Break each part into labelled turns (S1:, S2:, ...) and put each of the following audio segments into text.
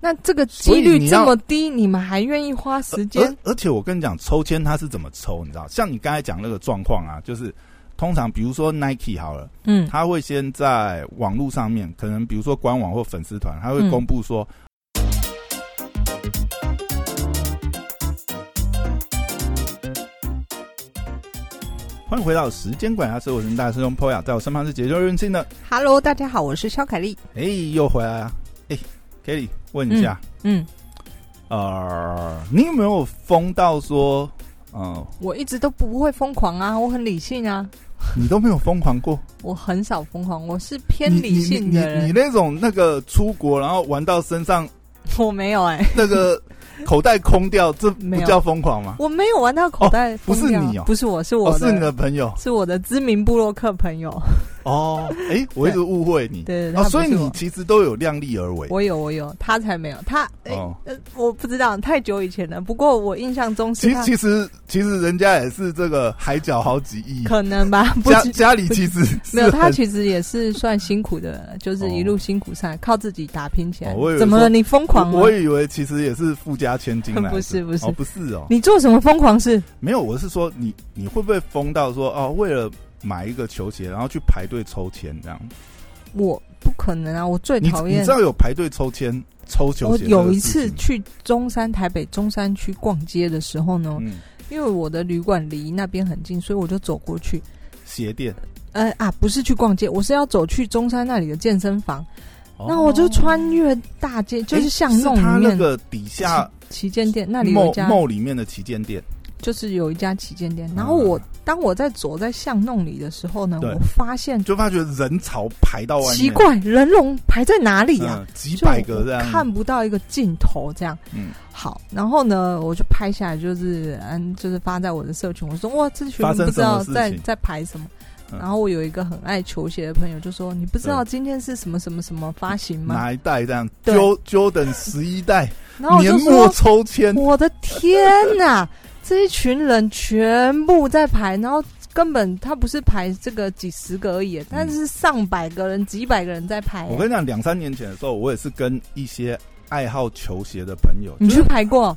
S1: 那这个
S2: 所
S1: 几
S2: 以
S1: 率
S2: 你
S1: 这
S2: 要呃
S1: 么低，你们还愿意花时间？
S2: 而而且我跟你讲，抽签它是怎么抽，你知道？像你刚才讲那个状况啊，就是通常比如说 Nike 好了，
S1: 嗯
S2: 他会先在网络上面，可能比如说官网或粉丝团，他会
S1: 嗯
S2: 公布说。欢迎回到时间管家是我是大师兄 Poya，在我身旁是解救任性的，
S1: ，Hello，大家好，我是肖凯丽。
S2: 哎、又回来啊！哎、k e l l y 问一下，
S1: 嗯，
S2: 呃，你有没有疯到说，呃，
S1: 我一直都不会疯狂啊，我很理性啊，
S2: 你都没有疯狂过？
S1: 我很少疯狂，我是偏
S2: 你
S1: 理性的
S2: 你你你
S1: 人。
S2: 那种那个出国然后玩到身上
S1: 我没有哎、
S2: 那个口袋空掉，这
S1: 没
S2: 不
S1: 有
S2: 叫疯狂吗？
S1: 我没有玩到口袋
S2: 不
S1: 疯
S2: 是
S1: 掉、
S2: 你哦
S1: 不是我是我
S2: 哦，
S1: 的、
S2: 是你的朋友
S1: 是我的知名布洛克朋友。
S2: 哦。哎、我一直误会你。
S1: 对对对、
S2: 哦，
S1: 他不
S2: 所以
S1: 是
S2: 你
S1: 我
S2: 其实都有量力而为。
S1: 我有我有，他才没有他。哎
S2: 哦，
S1: 呃，我不知道，太久以前了。不过我印象中是
S2: 其
S1: 他，
S2: 其实其实人家也是这个海角好几亿，
S1: 可能吧，不
S2: 家
S1: 知
S2: 家里其实
S1: 没有
S2: 是
S1: 他
S2: 很哦
S1: 其实也是算辛苦的，就是一路辛苦上来，靠自己打拼起来。
S2: 哦我以为
S1: 怎么
S2: 说
S1: 了？你疯狂
S2: 我我
S1: 了？
S2: 以为其实也是富家千金来 着
S1: 不是不是
S2: 哦不是哦，
S1: 你做什么疯狂事？
S2: 没有，我是说你你会不会疯到说哦，为了买一个球鞋，然后去排队抽签这样？
S1: 我不可能啊！我最
S2: 你
S1: 讨
S2: 你
S1: 厌
S2: 知。道有排队抽签抽球
S1: 我
S2: 鞋？
S1: 有一次，去中山台北中山区逛街的时候呢，
S2: 嗯，
S1: 因为我的旅馆离那边很近，所以我就走过去。
S2: 鞋店，
S1: 呃啊，不是去逛街，我是要走去中山那里的健身房。
S2: 哦
S1: 那我就穿越大街，就是
S2: 诶
S1: 巷
S2: 是
S1: 弄
S2: 他
S1: 里
S2: 那
S1: 面
S2: 个底下
S1: 旗舰店，那里有一
S2: 梦
S1: 家，
S2: 梦里面的旗舰店，
S1: 就是有一家旗舰店。然后我
S2: 嗯
S1: 当我在走在巷弄里的时候呢，
S2: 对
S1: 我发现
S2: 就发觉人潮排到外面，
S1: 奇怪，人龙排在哪里啊？
S2: 嗯，几
S1: 就
S2: 百个这样，
S1: 看不到一个尽头，这样。
S2: 嗯，
S1: 好，然后呢，我就拍下来，就是嗯，就是发在我的社群。我说哇，这群
S2: 发
S1: 人
S2: 生
S1: 不知道
S2: 什么事
S1: 在
S2: 情
S1: 在排什么。
S2: 嗯
S1: 然后我有一个很爱球鞋的朋友就说：“你不知道今天是什么什么什么发行吗
S2: 哪一代这样
S1: 对
S2: ？Jo Jordan 十一代？”
S1: 然后我
S2: 年
S1: 就
S2: 末
S1: 说
S2: 抽 签：“，
S1: 我的天 哪！这一群人全部在排，然后根本他不是排这个几十个而已，但是上百个人、几百个人在排。啊
S2: 我跟你讲，两三年前的时候，我也是跟一些爱好球鞋的朋友，
S1: 你
S2: 就
S1: 去
S2: 是
S1: 排过？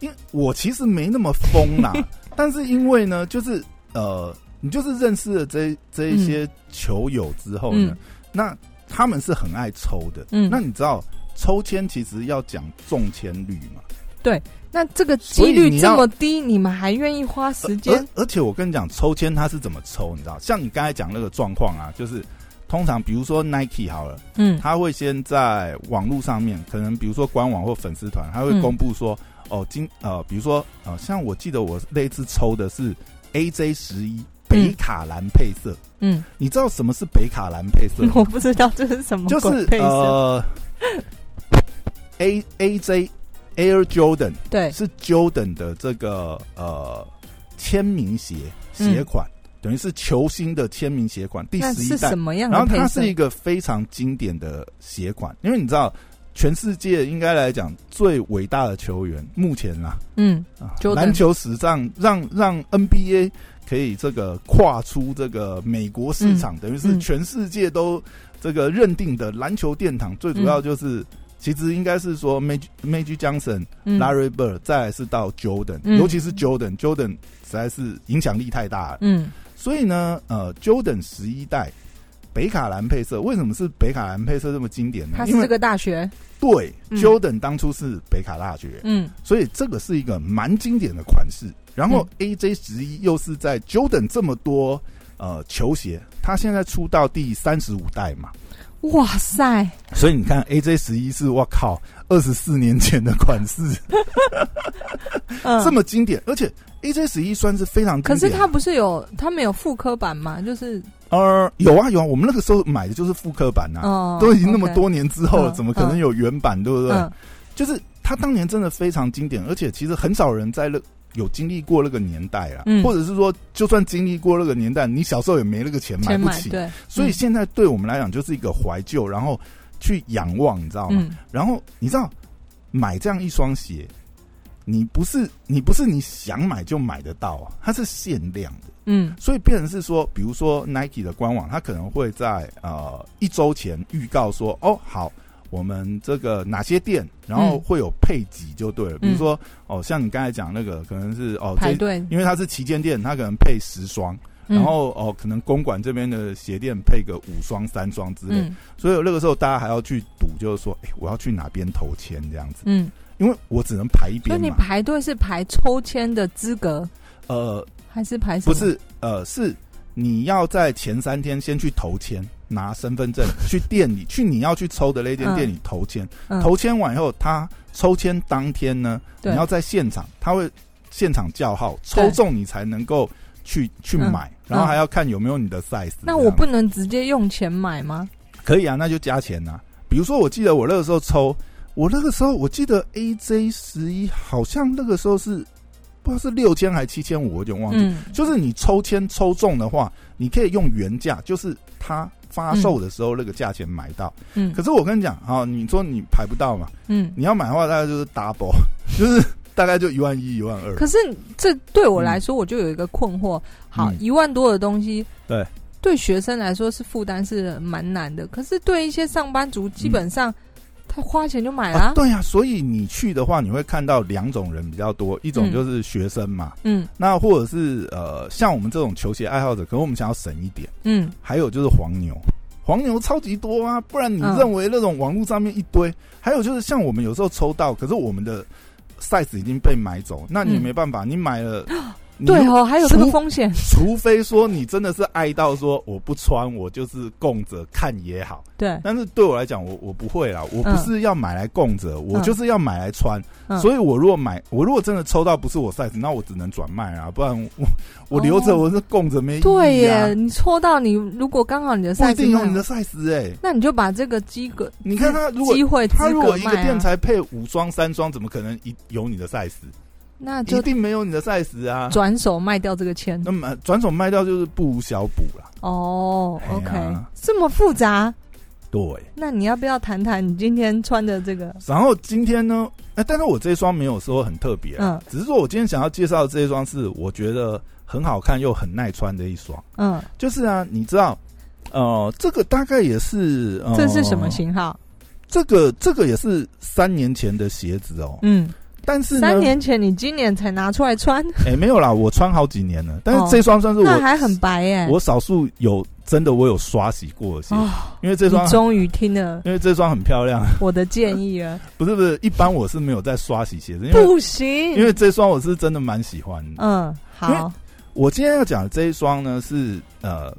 S2: 因为我其实没那么 疯啦，但是因为呢，就是呃，你就是认识了这这一些球友之后呢，
S1: 嗯
S2: 那他们是很爱抽的，
S1: 嗯
S2: 那你知道抽签其实要讲中签率嘛？
S1: 那这个
S2: 所
S1: 几
S2: 以你呃
S1: 率这么低，你们还愿意花时间？
S2: 而而且我跟你讲，抽签它是怎么抽，你知道？像你刚才讲那个状况啊，就是通常比如说 Nike 好了。
S1: 嗯
S2: 他会先在网络上面，可能比如说官网或粉丝团，他会
S1: 嗯
S2: 公布说，哦，今呃，比如说呃，像我记得我那一次抽的是 AJ 十一北卡蓝配色，
S1: 嗯，
S2: 你知道什么是北卡蓝配色
S1: 我
S2: 吗？
S1: 不知道这是什么
S2: 就
S1: 鬼
S2: 是
S1: 配色。
S2: 呃，A AJ Air Jordan
S1: 对，
S2: 是 Jordan 的这个呃签名鞋鞋款，等于是球星的签名鞋款，第
S1: 嗯那
S2: 十
S1: 是
S2: 一代
S1: 什。么样
S2: 然
S1: 的
S2: 后
S1: 配
S2: 它
S1: 色
S2: 是？一个非常经典的鞋款，因为你知道，全世界应该来讲最伟大的球员，目前啦，
S1: 嗯，
S2: 啊
S1: Jordan
S2: 篮球史上让让 NBA 可以这个跨出这个美国市场，等于是
S1: 嗯
S2: 全世界都这个认定的篮球殿堂，最主要就是。其实应该是说 Magic Magic Johnson、
S1: 嗯
S2: Larry Bird，再来是到 Jordan，、
S1: 嗯
S2: 尤其是 Jordan，Jordan 实在是影响力太大了。
S1: 嗯
S2: 所以呢，呃，Jordan 十一代北卡蓝配色，为什么是北卡蓝配色这么经典呢
S1: 它？是
S2: 因为
S1: 这个大学。
S2: 对、
S1: 嗯
S2: Jordan 当初是北卡大学，
S1: 嗯
S2: 所以这个是一个蛮经典的款式。然后
S1: 嗯
S2: AJ 十一又是在 Jordan 这么多呃球鞋，它现在出到第三十五代嘛，
S1: 哇塞，
S2: 所以你看 AJ 十一是我靠二十四年前的款式，
S1: 嗯，
S2: 这么经典，而且 AJ 十一算是非常
S1: 可
S2: 经典。
S1: 是它不是有它没有复刻版吗？就是
S2: 呃有啊有啊，我们那个时候买的就是复刻版啊。
S1: 哦，
S2: 都已经那么
S1: OK
S2: 多年之后了，
S1: 嗯
S2: 怎么可能有原版？对不对
S1: 嗯？
S2: 就是他当年真的非常经典，而且其实很少人在那有经历过那个年代啊，
S1: 嗯
S2: 或者是说，就算经历过那个年代，你小时候也没那个钱买
S1: 钱
S2: 不
S1: 买
S2: 起，
S1: 对，嗯
S2: 所以现在对我们来讲就是一个怀旧，然后去仰望，你知道吗？
S1: 嗯
S2: 然后你知道买这样一双鞋，你不是你不是你想买就买得到啊，它是限量的。
S1: 嗯
S2: 所以变成是说，比如说 Nike 的官网，它可能会在呃一周前预告说，哦，好，我们这个哪些店，然后会有配给就对了。比如说哦，像你刚才讲那个，可能是哦，这
S1: 排队，
S2: 因为它是旗舰店，它可能配十双，
S1: 嗯
S2: 然后哦，可能公馆这边的鞋店配个五双、三双之类。
S1: 嗯
S2: 所以那个时候大家还要去赌，就是说，哎、我要去哪边投签这样子，
S1: 嗯，
S2: 因为我只能排一
S1: 所以
S2: 边
S1: 你
S2: 嘛。
S1: 排队是排抽签的资格，
S2: 呃，
S1: 还是排什
S2: 不
S1: 么？
S2: 是，呃，是你要在前三天先去投签，拿身份证去店里，去你要去抽的那间
S1: 嗯
S2: 店里投签。
S1: 嗯
S2: 投签完以后，他抽签当天呢，
S1: 对
S2: 你要在现场，他会现场叫号，
S1: 对
S2: 抽中你才能够去去
S1: 嗯
S2: 买，然
S1: 嗯
S2: 后还要看有没有你的 size 这样。
S1: 那我不能直接用钱买吗？
S2: 可以啊，那就加钱呐、比如说，我记得我那个时候抽，我那个时候我记得 AJ 十一好像那个时候是不知道是六千还七千五，我有点忘记。
S1: 嗯，
S2: 就是你抽签抽中的话，你可以用原价，就是他发售的时候那个价钱买到。
S1: 嗯
S2: 可是我跟你讲啊、哦你说你排不到嘛，
S1: 嗯。
S2: 你要买的话大概就是 double，就是 大概就一万一、一万二。
S1: 可是这对我来说，我就有一个困惑。好，
S2: 嗯
S1: 一万多的东西，
S2: 对，
S1: 对学生来说是负担是蛮难的。可是对一些上班族，基本上他花钱就买啦
S2: 嗯啊，。对呀、所以你去的话，你会看到两种人比较多，一种
S1: 嗯
S2: 就是学生嘛，
S1: 嗯
S2: 那或者是呃，像我们这种球鞋爱好者，可能我们想要省一点，
S1: 嗯，
S2: 还有就是黄牛，黄牛超级多啊，不然你
S1: 嗯
S2: 认为那种网络上面一堆，还有就是像我们有时候抽到，可是我们的 size 已经被买走，那你
S1: 嗯
S2: 没办法，你买 了，你
S1: 对哦，还有这个
S2: 除
S1: 风险。
S2: 除非说你真的是爱到说我不穿，我就是供着看也好，
S1: 对，
S2: 但是对我来讲，我我不会啦，我不是要买来供着，我就是要买来穿。
S1: 嗯
S2: 所以，我如果买，我如果真的抽到不是我 size，那我只能转卖啊，不然我我
S1: 哦
S2: 留着我是供着没意义、啊
S1: 对耶，，你抽到你如果刚好你的
S2: 不一
S1: size，
S2: 定有你的
S1: 卖
S2: size 哎、
S1: 那你就把这个机格
S2: 你看他如果
S1: 机会资
S2: 他如
S1: 格
S2: 果一个
S1: 卖
S2: 店
S1: 啊，
S2: 才配五双三双，怎么可能一有你的 size？
S1: 那
S2: 一
S1: 啊就
S2: 定没有你的 size 啊。
S1: 转手卖掉这个签。
S2: 那么转手卖掉就是不无小补啦。
S1: 哦
S2: 哎
S1: ，OK，
S2: 呀
S1: 这么复杂，
S2: 对，
S1: 那你要不要谈谈你今天穿的这个？
S2: 然后今天呢，哎、但是我这一双没有说很特别啊，
S1: 嗯
S2: 只是说我今天想要介绍的这一双是我觉得很好看又很耐穿的一双，
S1: 嗯，
S2: 就是啊，你知道，呃，这个大概也是，呃、
S1: 嗯这是什么？型号？
S2: 这个这个也是三年前的鞋子哦，
S1: 嗯，
S2: 但是呢
S1: 三，年前你今年才拿出来穿，
S2: 哎、没有啦，我穿好几年了，但
S1: 哦
S2: 是这双算是我、
S1: 那还很白耶。
S2: 我少数有真的我有刷洗过的鞋，
S1: 嗯哦，
S2: 因为这
S1: 你
S2: 双啊
S1: 终于听了
S2: 因为这双很漂亮，
S1: 我的建议了，
S2: 不是不是，一般我是没有在刷洗 鞋子，因为
S1: 不行，
S2: 因为这双我是真的蛮喜欢的。
S1: 嗯，
S2: 因
S1: 好
S2: 为，我今天要讲的这一双呢是呃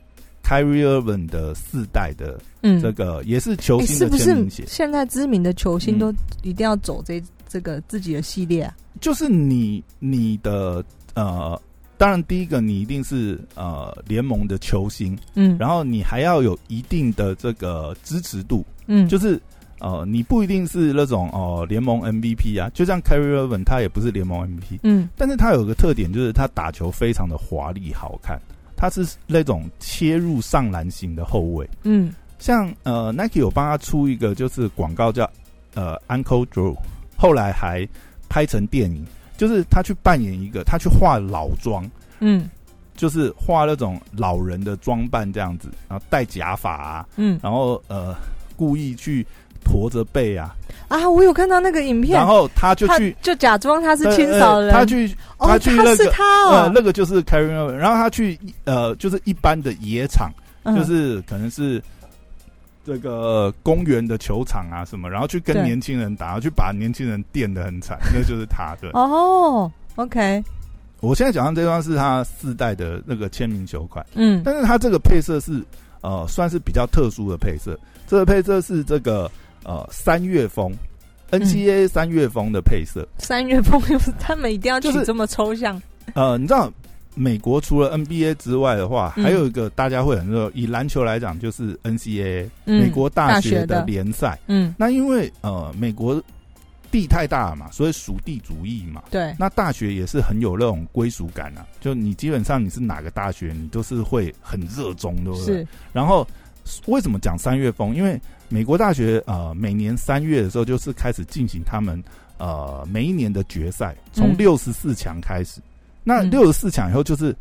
S2: Kyrie Irving 的四代的
S1: 嗯，
S2: 这个，也是球
S1: 哎，
S2: 星
S1: 是
S2: 的
S1: 不
S2: 签
S1: 是
S2: 名鞋，
S1: 现在知名的球星
S2: 嗯
S1: 都一定要走这这个自己的系列啊？
S2: 就是你你的呃。当然，第一个你一定是呃联盟的球星，
S1: 嗯，
S2: 然后你还要有一定的这个支持度，
S1: 嗯，
S2: 就是呃你不一定是那种哦、联盟 MVP 啊，就像 Kyrie Irving 他也不是联盟 MVP，
S1: 嗯
S2: 但是他有个特点，就是他打球非常的华丽好看，他是那种切入上篮型的后卫。
S1: 嗯，
S2: 像呃，Nike 有帮他出一个就是广告叫呃 Uncle Drew，后来还拍成电影，就是他去扮演一个，他去化老妆，
S1: 嗯
S2: 就是化那种老人的装扮这样子，然后戴假发啊，
S1: 嗯
S2: 然后呃故意去驼着背啊，
S1: 啊，我有看到那个影片
S2: 然，后他就
S1: 他
S2: 去
S1: 就假装他是清扫
S2: 呃
S1: 人，
S2: 呃他去
S1: 哦，
S2: 他去那个
S1: 是他
S2: 呃，
S1: 哦，
S2: 那个就是 Carry On，然后他去呃，就是一般的野场，
S1: 嗯
S2: 就是可能是这个公园的球场啊什么，然后去跟
S1: 对
S2: 年轻人打，然后去把年轻人电的很惨，那就是他的。
S1: 哦，OK，
S2: 我现在讲的这双是他四代的那个签名球款，
S1: 嗯
S2: 但是他这个配色是呃，算是比较特殊的配色，这个配色是这个呃三月风。NCAA
S1: 嗯
S2: 三月风的配色，
S1: 三月风流， 他们一定要取
S2: 就是
S1: 这么抽象。
S2: 呃，你知道美国除了 NBA 之外的话，
S1: 嗯
S2: 还有一个大家会很热，以篮球来讲就是 NCAA、
S1: 嗯
S2: 美国大学
S1: 大
S2: 的
S1: 学的
S2: 联赛。
S1: 嗯，
S2: 那因为呃美国地太大了嘛，所以属地主义嘛。
S1: 对，
S2: 那大学也是很有那种归属感啊，就你基本上你是哪个大学，你都是会很热衷，对不对？
S1: 是，
S2: 然后为什么讲三月风？因为美国大学呃每年三月的时候就是开始进行他们呃每一年的决赛，从
S1: 嗯
S2: 六十四强开始。那
S1: 嗯
S2: 六十四强以后就是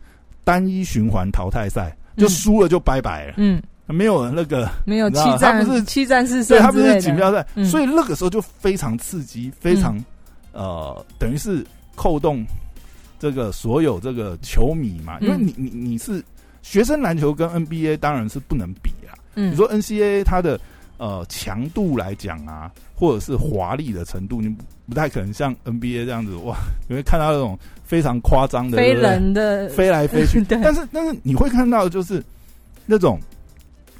S2: 单一循环淘汰赛，就
S1: 嗯
S2: 输了就拜拜了。
S1: 嗯
S2: 没有那个，
S1: 没有
S2: 你
S1: 七
S2: 知道啊他
S1: 战
S2: 不是
S1: 七战四胜
S2: 对，他不
S1: 之类
S2: 是
S1: 的
S2: 锦标赛，
S1: 嗯
S2: 所以那个时候就非常刺激，非常、呃，等于是扣动这个所有这个球迷嘛，因为
S1: 嗯
S2: 你你你是学生篮球跟 NBA 当然是不能比啦，
S1: 嗯，
S2: 你说 NCAA 它的呃强度来讲啊，或者是华丽的程度，你不不太可能像 NBA 这样子哇，你会看到那种非常夸张的
S1: 飞
S2: 对不对
S1: 人的。
S2: 飞来飞去
S1: 对
S2: 但是但是你会看到就是那种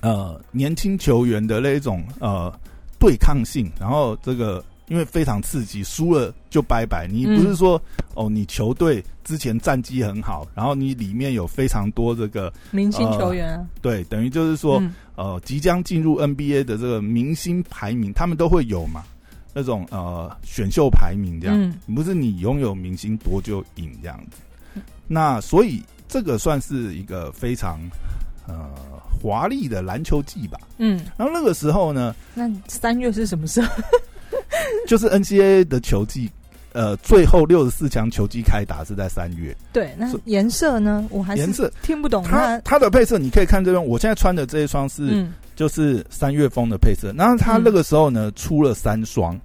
S2: 呃年轻球员的那一种呃对抗性，然后这个因为非常刺激，输了就拜拜。你
S1: 嗯
S2: 不是说、哦，你球队之前战绩很好，然后你里面有非常多这个
S1: 明星
S2: 呃
S1: 球员啊，
S2: 对，等于就是说、
S1: 嗯
S2: 呃即将进入 NBA 的这个明星排名，他们都会有嘛。那种呃选秀排名这样，
S1: 嗯
S2: 不是你拥有明星多就赢这样子。那所以这个算是一个非常呃华丽的篮球季吧。
S1: 嗯，
S2: 然后那个时候呢，
S1: 那三月是什么时候？
S2: 就是 NCAA 的球季，呃，最后六十四强球季开打是在三月。
S1: 对，那
S2: 是
S1: 颜色呢？我还
S2: 颜
S1: 是哦
S2: 色，
S1: 听不懂
S2: 它它的配色你可以看这边，我现在穿的这一双是、
S1: 嗯
S2: 就是三月风的配色。然后它那个时候呢、出了三双，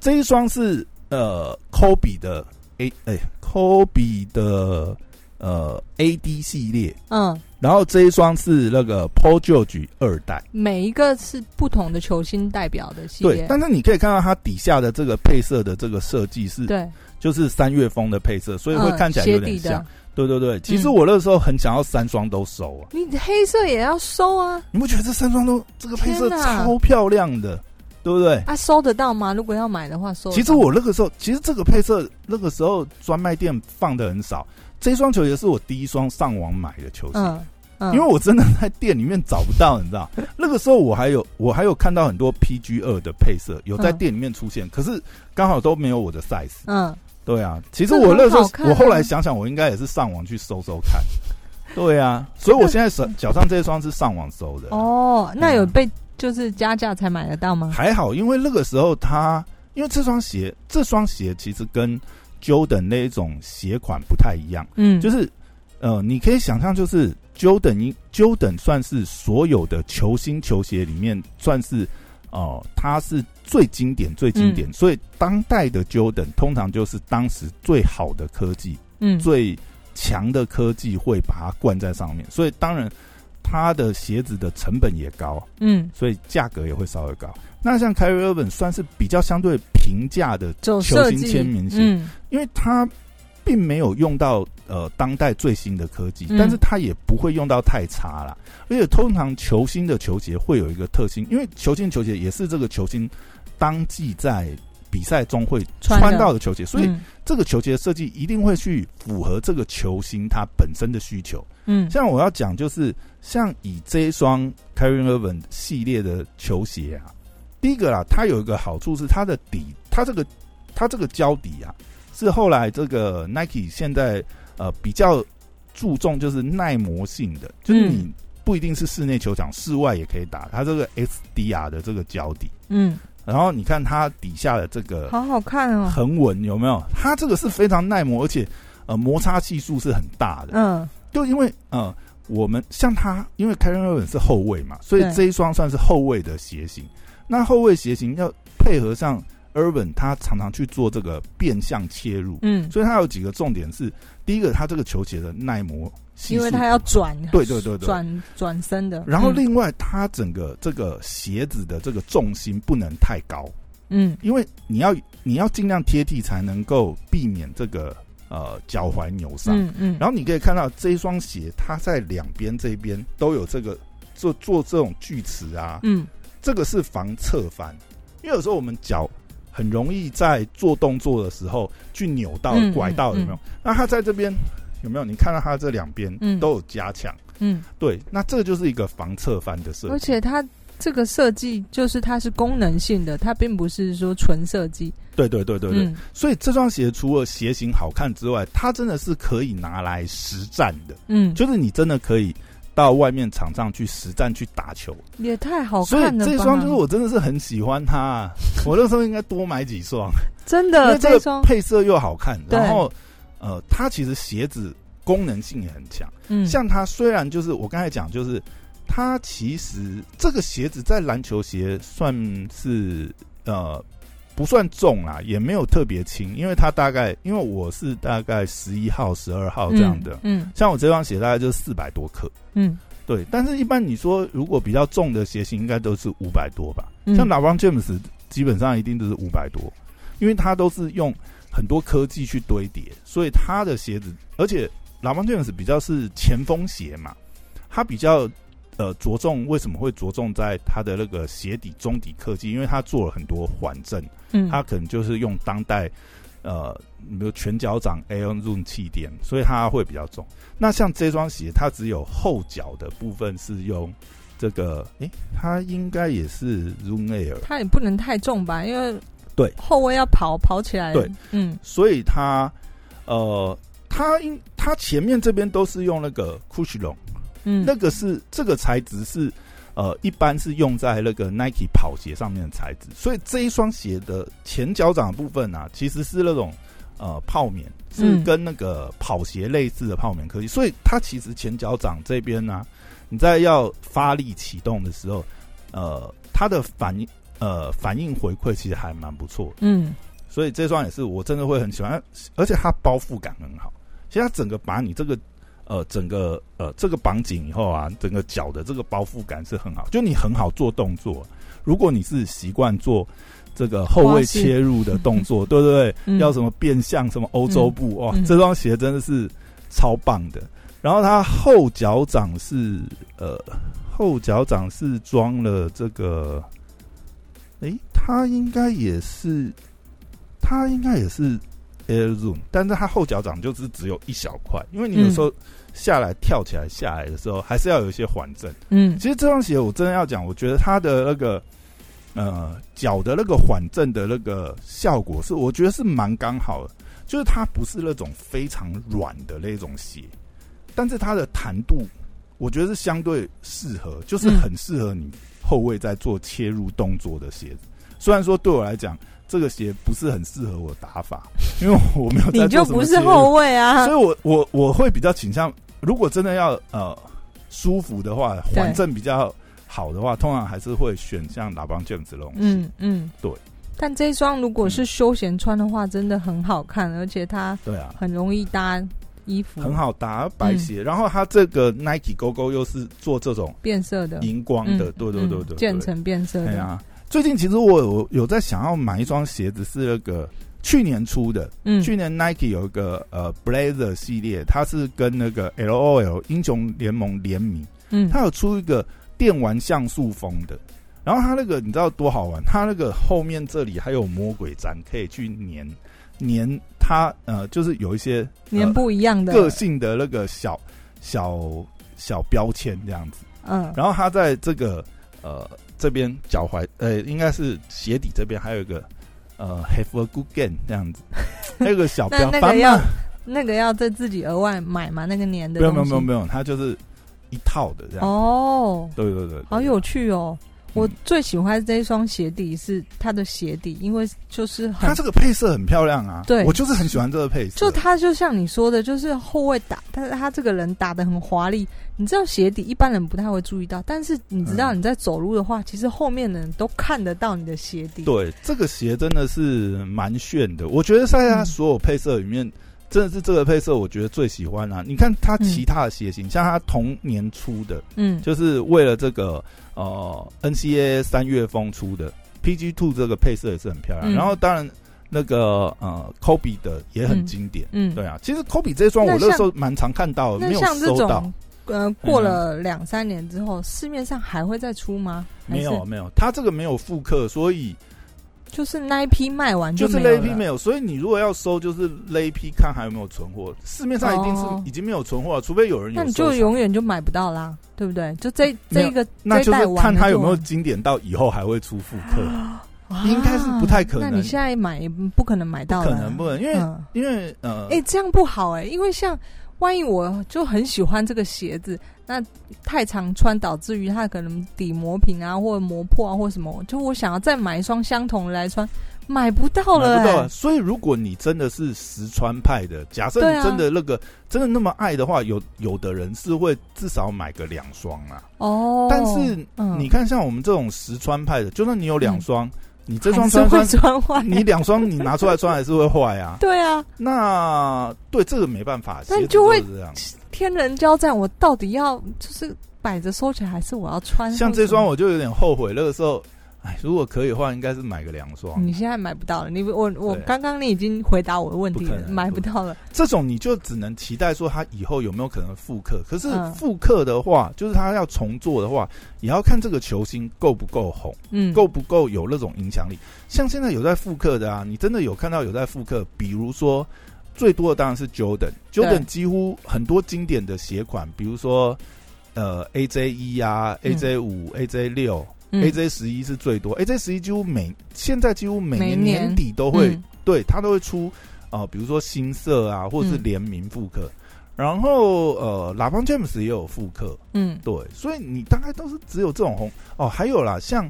S2: 这一双是呃科比的 A 哎科比的呃 AD 系列，
S1: 嗯，
S2: 然后这一双是那个 Paul George 二代。
S1: 每一个是不同的球星代表的系
S2: 对
S1: 列，，
S2: 但是你可以看到它底下的这个配色的这个设计是
S1: 对，
S2: 就是三月风的配色，所以会
S1: 嗯
S2: 看起来
S1: 鞋
S2: 有
S1: 底
S2: 点
S1: 的嗯
S2: 像。对对对，其实我那时候很想要三双都收啊，
S1: 你黑色也要收啊
S2: 你不觉得这三双都这个配色
S1: 天哪
S2: 超漂亮的，对不对？
S1: 啊，收得到吗？如果要买的话，收得到
S2: 其实我那个时候，其实这个配色那个时候专卖店放的很少。这双球鞋是我第一双上网买的球鞋，
S1: 嗯嗯，
S2: 因为我真的在店里面找不到，你知道？那个时候我还有我还有看到很多 PG 二的配色有在
S1: 嗯
S2: 店里面出现，可是刚好都没有我的 size。
S1: 嗯
S2: 对啊，其实
S1: 这
S2: 我那
S1: 很
S2: 时候
S1: 好看啊
S2: 我后来想想，我应该也是上网去搜搜看。对啊，所以我现在手脚上这双是上网搜的。
S1: 哦，那
S2: 嗯
S1: 有被就是加价才买得到吗？
S2: 还好，因为那个时候他，因为这双鞋，这双鞋其实跟 Jordan 那一种鞋款不太一样，
S1: 嗯，
S2: 就是是呃，你可以想象，就是 Jordan 一 Jordan 算是所有的球星球鞋里面算是哦、呃，它是最经典、最经
S1: 嗯
S2: 典，所以当代的 Jordan 通常就是当时最好的科技、
S1: 嗯
S2: 最强的科技会把它灌在上面，所以当然它的鞋子的成本也高。
S1: 嗯，
S2: 所以价格也会稍微高。那像 Kyrie Irving 算是比较相对平价的，
S1: 走设
S2: 球
S1: 计
S2: 星签名鞋
S1: 嗯
S2: 因为它并没有用到呃当代最新的科技，
S1: 嗯
S2: 但是它也不会用到太差啦。而且通常球星的球鞋会有一个特性，因为球星球鞋也是这个球星当季在比赛中会
S1: 穿的
S2: 穿到的球鞋，所以
S1: 嗯
S2: 这个球鞋设计一定会去符合这个球星他本身的需求。
S1: 嗯
S2: 像我要讲就是，像以这一双 c a r i n Irvin 系列的球鞋啊，第一个啦，它有一个好处是它的底，它这个它这个胶底啊，是后来这个 Nike 现在呃比较注重就是耐磨性的，就是你不一定是室内球场，室外也可以打，它这个 SDR 的这个胶底，
S1: 嗯，
S2: 然后你看它底下的这个
S1: 好好看哦，
S2: 横纹有没有？它这个是非常耐磨，而且呃摩擦系数是很大的，
S1: 嗯
S2: 就因为呃，我们像他，因为凯文·瑞文是后卫嘛，所以
S1: 对
S2: 这一双算是后卫的鞋型。那后卫鞋型要配合上 Irvin，他常常去做这个变向切入，
S1: 嗯，
S2: 所以他有几个重点是：第一个，他这个球鞋的耐磨系
S1: 因
S2: 数，
S1: 为它要转，
S2: 对对对对
S1: 转转身的，
S2: 然后
S1: 嗯
S2: 另外，他整个这个鞋子的这个重心不能太高，
S1: 嗯
S2: 因为你要你要尽量贴地才能够避免这个呃脚踝扭伤。
S1: 嗯嗯，
S2: 然后你可以看到这一双鞋，它在两边这边都有这个做做这种锯齿啊，
S1: 嗯
S2: 这个是防侧翻，因为有时候我们脚很容易在做动作的时候去扭到、
S1: 嗯
S2: 拐到，有没有？
S1: 嗯
S2: 那它在这边有没有？你看到它这两边
S1: 嗯
S2: 都有加强，
S1: 嗯，
S2: 对，那这就是一个防侧翻的设
S1: 而
S2: 计，
S1: 且它这个设计就是它是功能性的，它并不是说纯设计。
S2: 对对对对对。
S1: 嗯
S2: 所以这双鞋除了鞋型好看之外，它真的是可以拿来实战的，
S1: 嗯，
S2: 就是你真的可以到外面场上去实战去打球。
S1: 也太好
S2: 所
S1: 哦看啊了
S2: 以
S1: 吧！
S2: 这双就是我真的是很喜欢它、啊 我那时候应该多买几双，
S1: 真
S2: 因为
S1: 的
S2: 这
S1: 呃这
S2: 个
S1: 双，
S2: 配色又好看，
S1: 对
S2: 然后呃，它其实鞋子功能性也很强。
S1: 嗯，
S2: 像它虽然就是我刚才讲，就是它其实这个鞋子在篮球鞋算是呃不算重啦，也没有特别轻，因为它大概因为我是大概十一号、十二号这样的，
S1: 嗯
S2: 像我这双鞋大概就四百多克，
S1: 嗯
S2: 对。但是一般你说如果比较重的鞋型，应该都是五百多吧，
S1: 嗯，
S2: 像 LeBron James 基本上一定都是五百多，因为它都是用很多科技去堆叠，所以它的鞋子，而且 LeBron James 比较是前锋鞋嘛，它比较呃着重为什么会着重在它的那个鞋底中底科技，因为它做了很多缓震，
S1: 嗯
S2: 它可能就是用当代呃，比如全脚掌 Air Zoom 气垫，所以它会比较重。那像这双鞋，它只有后脚的部分是用这个，诶、它应该也是 Zoom Air，
S1: 它也不能太重吧，因为
S2: 对
S1: 后卫要跑跑起来，
S2: 对，
S1: 嗯
S2: 所以它呃，它应它前面这边都是用那个 Cushon，
S1: 嗯，
S2: 那个是这个材质是呃，一般是用在那个 Nike 跑鞋上面的材质，所以这一双鞋的前脚掌的部分啊，其实是那种呃泡棉，是
S1: 嗯
S2: 跟那个跑鞋类似的泡棉科技，所以它其实前脚掌这边呢、你在要发力启动的时候，呃，它的反应呃反应回馈其实还蛮不错的
S1: 嗯
S2: 所以这双也是我真的会很喜欢，而且它包覆感很好。其实它整个把你这个呃整个呃这个绑紧以后啊，整个脚的这个包覆感是很好，就你很好做动作。如果你是习惯做这个后卫
S1: 花式
S2: 切入的动作，对不对？
S1: 嗯
S2: 要什么变向什么欧洲步、哇，
S1: 嗯
S2: 这双鞋真的是超棒的。然后它后脚掌是呃后脚掌是装了这个，诶，它应该也是它应该也是 Air Zoom，但是它后脚掌就是只有一小块，因为你有时候
S1: 嗯
S2: 下来、跳起来下来的时候，还是要有一些缓震。
S1: 嗯
S2: 其实这双鞋我真的要讲，我觉得它的那个呃脚的那个缓震的那个效果是，我觉得是蛮刚好的，就是它不是那种非常软的那种鞋，但是它的弹度我觉得是相对适合，就是
S1: 嗯
S2: 很适合你后卫在做切入动作的鞋子。虽然说对我来讲，这个鞋不是很适合我打法，因为我没有在
S1: 你就
S2: 做什么
S1: 不
S2: 切
S1: 是
S2: 入
S1: 后卫啊
S2: 所以，我我我会比较倾向，如果真的要呃舒服的话，
S1: 对
S2: 缓震比较好的话，通常还是会选像喇叭 James 这种。
S1: 嗯嗯，
S2: 对。嗯
S1: 但这一双如果是休闲穿的话，真的很好看，而且它
S2: 对啊，
S1: 很容易搭衣服，
S2: 很好打白鞋，
S1: 嗯
S2: 然后它这个 Nike 勾勾又是做这种
S1: 变色的，
S2: 荧光的，
S1: 嗯
S2: 对对对
S1: 嗯
S2: 对
S1: 渐
S2: 对。
S1: 层变色的，
S2: 哎呀，最近其实我有有在想要买一双鞋子，是那个去年出的，
S1: 嗯
S2: 去年 Nike 有一个呃 Blazer 系列，它是跟那个 LOL 英雄联盟联名。
S1: 嗯
S2: 它有出一个电玩像素风的，然后它那个你知道多好玩？它那个后面这里还有魔鬼粘，可以去粘粘它，呃，就是有一些呃
S1: 年不一样的
S2: 个性的那个小小小标签这样子。
S1: 嗯
S2: 然后它在这个呃这边脚踝，呃，应该是鞋底这边还有一个呃 Have a good game 这样子，那个小标，
S1: 那那
S2: 反
S1: 个
S2: 正
S1: 要那个要在自己额外买嘛，那个年的
S2: 没有没
S1: 东
S2: 有
S1: 西
S2: 没有没有，它就是一套的这样。
S1: 哦，
S2: 对对对，对
S1: 好有趣哦。我
S2: 嗯
S1: 最喜欢这一双鞋底是它的鞋底，因为就是很
S2: 它这个配色很漂亮啊，
S1: 对
S2: 我就是很喜欢这个配色。
S1: 就他就像你说的，就是后卫打，但是他这个人打的很华丽。你知道鞋底一般人不太会注意到，但是你知道
S2: 嗯
S1: 你在走路的话，其实后面的人都看得到你的鞋底。，
S2: 对这个鞋真的是蛮炫的，我觉得在它
S1: 嗯
S2: 所有配色里面，真的是这个配色我觉得最喜欢啊。你看它其他的鞋型，像它同年出的，
S1: 嗯
S2: 就是为了这个呃 NCAA 三月风出的 PG Two 这个配色也是很漂亮。
S1: 嗯
S2: 然后当然那个呃 Kobe 的也很经典。
S1: 嗯，
S2: 对啊，其实 Kobe 这双我
S1: 那像
S2: 那时候蛮常看到的，
S1: 那
S2: 没有
S1: 像这
S2: 收到嗯
S1: 种，，呃，过了两三年之后，市面上还会再出吗？还
S2: 没
S1: 是
S2: 有，没有，它这个没有复刻，所以
S1: 就是那一批卖完
S2: 就是
S1: 没
S2: 那
S1: 有
S2: 一批没
S1: 了。
S2: 有，所以你如果要收，就是那一批看还有没有存货。市面上一定是
S1: 哦
S2: 已经没有存货了，除非有人
S1: 那
S2: 有收
S1: 你
S2: 藏。
S1: 就永远就买不到啦，对不对？就这
S2: 嗯没
S1: 这
S2: 有
S1: 一个，
S2: 那
S1: 这一
S2: 就
S1: 代
S2: 是
S1: 完
S2: 看
S1: 了
S2: 它有
S1: 就
S2: 没有
S1: 完了
S2: 经典到以后还会出复刻，
S1: 啊
S2: 应该是不太可能
S1: 那你现在买不可能买到
S2: 不
S1: 了，
S2: 可能不能，因为、
S1: 嗯
S2: 因为呃，
S1: 哎、这样不好哎、因为像万一我就很喜欢这个鞋子，那太常穿导致于它可能底磨平啊，或者磨破啊，或什么，就我想要再买一双相同的来穿，买不到了、
S2: 买不到啊。
S1: 欸，
S2: 所以如果你真的是实川派的，假设
S1: 对
S2: 你
S1: 啊
S2: 真的那个、真的那么爱的话，有有的人是会至少买个两双啊。
S1: 哦，
S2: 但是
S1: 嗯
S2: 你看，像我们这种实川派的，就算你有两双，你这双
S1: 还是
S2: 穿
S1: 会
S2: 穿，
S1: 穿坏，。
S2: 你两双你拿出来穿还是会坏啊
S1: 对啊，
S2: 那对这个没办法，
S1: 但
S2: 鞋子
S1: 就会
S2: 是这样。
S1: 天人交战，我到底要就是摆着收起来，还是我要穿？
S2: 像这双
S1: 或
S2: 我就有点后悔，那个时候，哎，如果可以的话，应该是买个两
S1: 者什
S2: 双
S1: 么。你现在买不到了，你我我
S2: 对啊
S1: 刚刚你已经回答我的问题
S2: 不可
S1: 了，
S2: 能
S1: 买不到了，
S2: 这种你就只能期待说他以后有没有可能复刻。可是
S1: 嗯
S2: 复刻的话，就是他要重做的话，也要看这个球星够不够红，
S1: 嗯，
S2: 够不够有那种影响力。像现在有在复刻的啊，你真的有看到有在复刻，比如说。最多的当然是 Jordan，Jordan 几乎很多经典的鞋款，比如说呃 AJ 一啊、
S1: 嗯
S2: AJ 五、AJ 六、
S1: 嗯
S2: AJ 十一是最多，AJ 十一几乎每现在几乎每
S1: 每
S2: 年
S1: 年
S2: 年底都会，
S1: 嗯
S2: 对它都会出啊、呃比如说新色啊，或者是
S1: 嗯
S2: 联名复刻。然后呃，拉邦 James 也有复刻，
S1: 嗯
S2: 对，所以你大概都是只有这种红哦。还有啦，像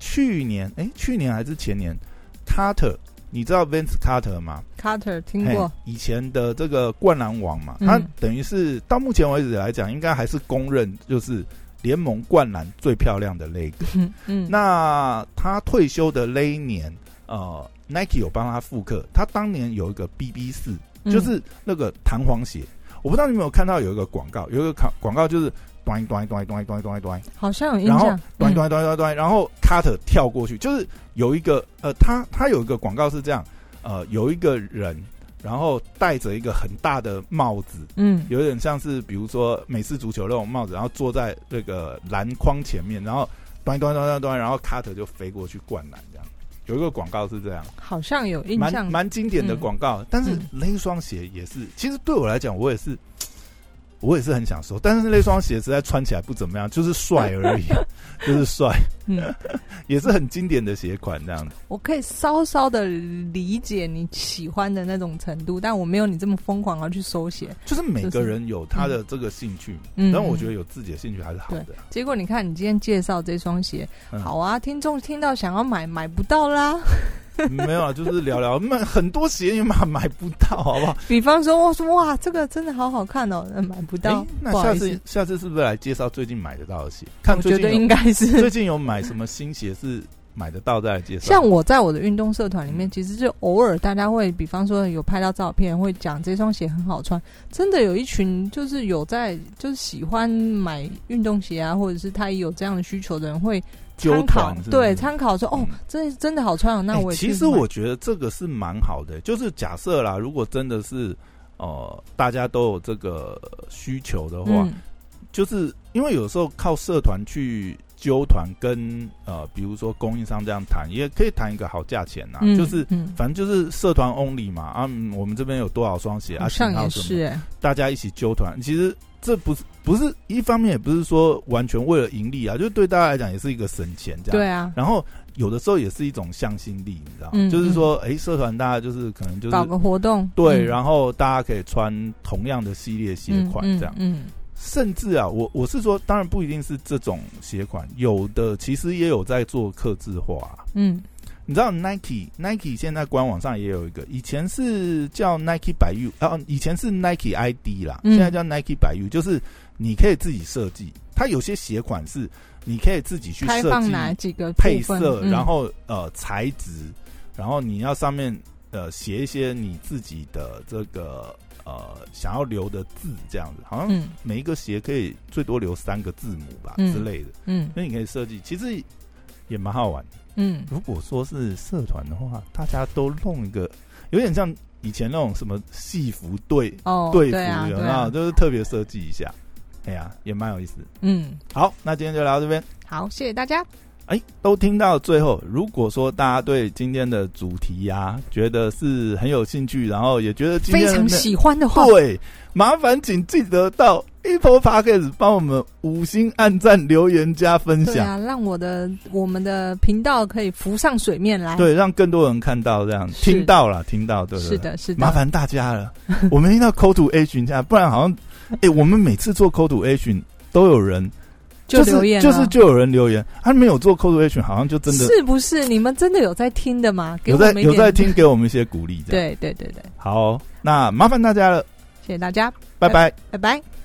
S2: 去年哎，去年还是前年，Carter，你知道 Vince Carter 吗？
S1: ，Carter 听过
S2: 嘿，以前的这个灌篮王嘛，
S1: 嗯
S2: 他等于是到目前为止来讲，应该还是公认就是联盟灌篮最漂亮的那一个。
S1: 嗯嗯，
S2: 那他退休的那一年，呃，Nike 有帮他复刻，他当年有一个 BB 四，
S1: 嗯
S2: 就是那个弹簧鞋。我不知道你有没有看到有一个广告，有一个广广告就是端端端端端端端，
S1: 好像有印
S2: 然后
S1: 象，
S2: 端
S1: 嗯
S2: 端端端端，然后 Carter 跳过去，就是有一个呃，他他有一个广告是这样，呃，有一个人。然后戴着一个很大的帽子，
S1: 嗯
S2: 有点像是比如说美式足球那种帽子，然后坐在那个篮筐前面，然后端端端端端，然后卡特就飞过去灌篮这样。有一个广告是这样，
S1: 好像有印
S2: 蛮
S1: 象，
S2: 蛮经典的广告。但是
S1: 嗯
S2: 那一双鞋也是，其实对我来讲，我也是，我也是很想收，但是那双鞋实在穿起来不怎么样，就是帅而已， 就是帅，
S1: 嗯，
S2: 也是很经典的鞋款这样子。
S1: 我可以稍稍的理解你喜欢的那种程度，但我没有你这么疯狂要去收鞋。
S2: 就是每个人有他的这个兴趣，
S1: 嗯，
S2: 但我觉得有自己的兴趣还是好的。
S1: 结果你看，你今天介绍这双鞋，
S2: 嗯
S1: 好啊，听众听到想要买，买不到啦。
S2: 没有啊，就是聊聊，买很多鞋也买买不到，好不好？
S1: 比方说，我说哇，这个真的好好看哦，呃买不
S2: 哎，
S1: 到，
S2: 那
S1: 不好
S2: 下
S1: 意思
S2: 次，下次是不是来介绍最近买得到的鞋？看
S1: 我
S2: 最
S1: 觉
S2: 近
S1: 得
S2: 有
S1: 应该
S2: 最
S1: 是。
S2: 近有买什么新鞋是买得到再来介绍。
S1: 像我在我的运动社团里
S2: 嗯
S1: 面，其实就偶尔大家会，比方说有拍到照片，会讲这双鞋很好穿。真的有一群就是有在就是喜欢买运动鞋啊，或者是他也有这样的需求的人会
S2: 纠
S1: 参考
S2: 团是不，是
S1: 对，参考说哦
S2: 嗯，
S1: 这真的好穿哦，那
S2: 哎
S1: 我也去
S2: 其实
S1: 买
S2: 我觉得这个是蛮好的，就是假设啦，如果真的是呃大家都有这个需求的话，
S1: 嗯
S2: 就是因为有时候靠社团去纠团跟呃比如说供应商这样谈，也可以谈一个好价钱呐、
S1: 嗯
S2: 啊就是。
S1: 嗯，
S2: 反正就是社团 only 嘛啊，嗯我们这边有多少双鞋啊？
S1: 好像
S2: 型号
S1: 也
S2: 什么
S1: 是哎，
S2: 大家一起纠团，其实这不是不是一方面，也不是说完全为了盈利啊，就对大家来讲也是一个省钱这样。
S1: 对。啊，
S2: 然后有的时候也是一种向心力，你知道吗？
S1: 嗯
S2: 就是说，哎、社团大家就是可能就是
S1: 搞个活动，
S2: 对，
S1: 嗯
S2: 然后大家可以穿同样的系列鞋款这样。
S1: 嗯，嗯
S2: 甚至啊，我我是说，当然不一定是这种鞋款，有的其实也有在做刻字化啊、
S1: 嗯
S2: 你知道 Nike Nike 现在官网上也有一个，以前是叫 Nike 百 U 啊，以前是 Nike ID 啦，
S1: 嗯
S2: 现在叫 Nike 百 U，就是你可以自己设计。它有些鞋款是你可以自己去
S1: 嗯，开
S2: 设
S1: 放
S2: 计
S1: 哪几个部
S2: 配
S1: 分
S2: 色，
S1: 嗯
S2: 然后呃材质，然后你要上面呃写一些你自己的这个呃想要留的字，这样子，好像
S1: 嗯
S2: 每一个鞋可以最多留三个字母吧
S1: 嗯
S2: 之类的，
S1: 嗯
S2: 所以你可以设计，其实也蛮好玩的。
S1: 嗯，
S2: 如果说是社团的话，大家都弄一个，有点像以前那种什么戏服队、
S1: 哦，
S2: 队服，
S1: 对啊，
S2: 有
S1: 对
S2: 没有？
S1: 啊，
S2: 就是特别设计一下，哎呀，也蛮有意思。
S1: 嗯，
S2: 好，那今天就聊到这边。
S1: 好，谢谢大家，
S2: 哎，都听到最后。如果说大家对今天的主题呀、觉得是很有兴趣，然后也觉得今
S1: 非
S2: 天的
S1: 常
S2: 内
S1: 喜欢的话，啊
S2: 对，麻烦请记得到 Apple Podcast 帮我们五星按赞、留言、加分
S1: 对
S2: 享，
S1: 啊，让我的我们的频道可以浮上水面来，，
S2: 对，让更多人看到，这样
S1: 是
S2: 听到了，听到，对不对？
S1: 是的，是的，
S2: 麻烦大家了，我们一定要 call to action 一下，不然好像，哎、我们每次做 call to action 都有人
S1: 就
S2: 就是
S1: 留言
S2: 就
S1: 了
S2: 是就有人留言，他没有做 c o l a t i o n 好像就真的
S1: 是不是？你们真的有在听的吗？给
S2: 有
S1: 我
S2: 在
S1: 们一
S2: 有
S1: 点
S2: 在，听，给我们一些鼓励。，
S1: 对对对对，
S2: 好，那麻烦大家了，
S1: 谢谢大家，
S2: 拜拜。
S1: 拜拜。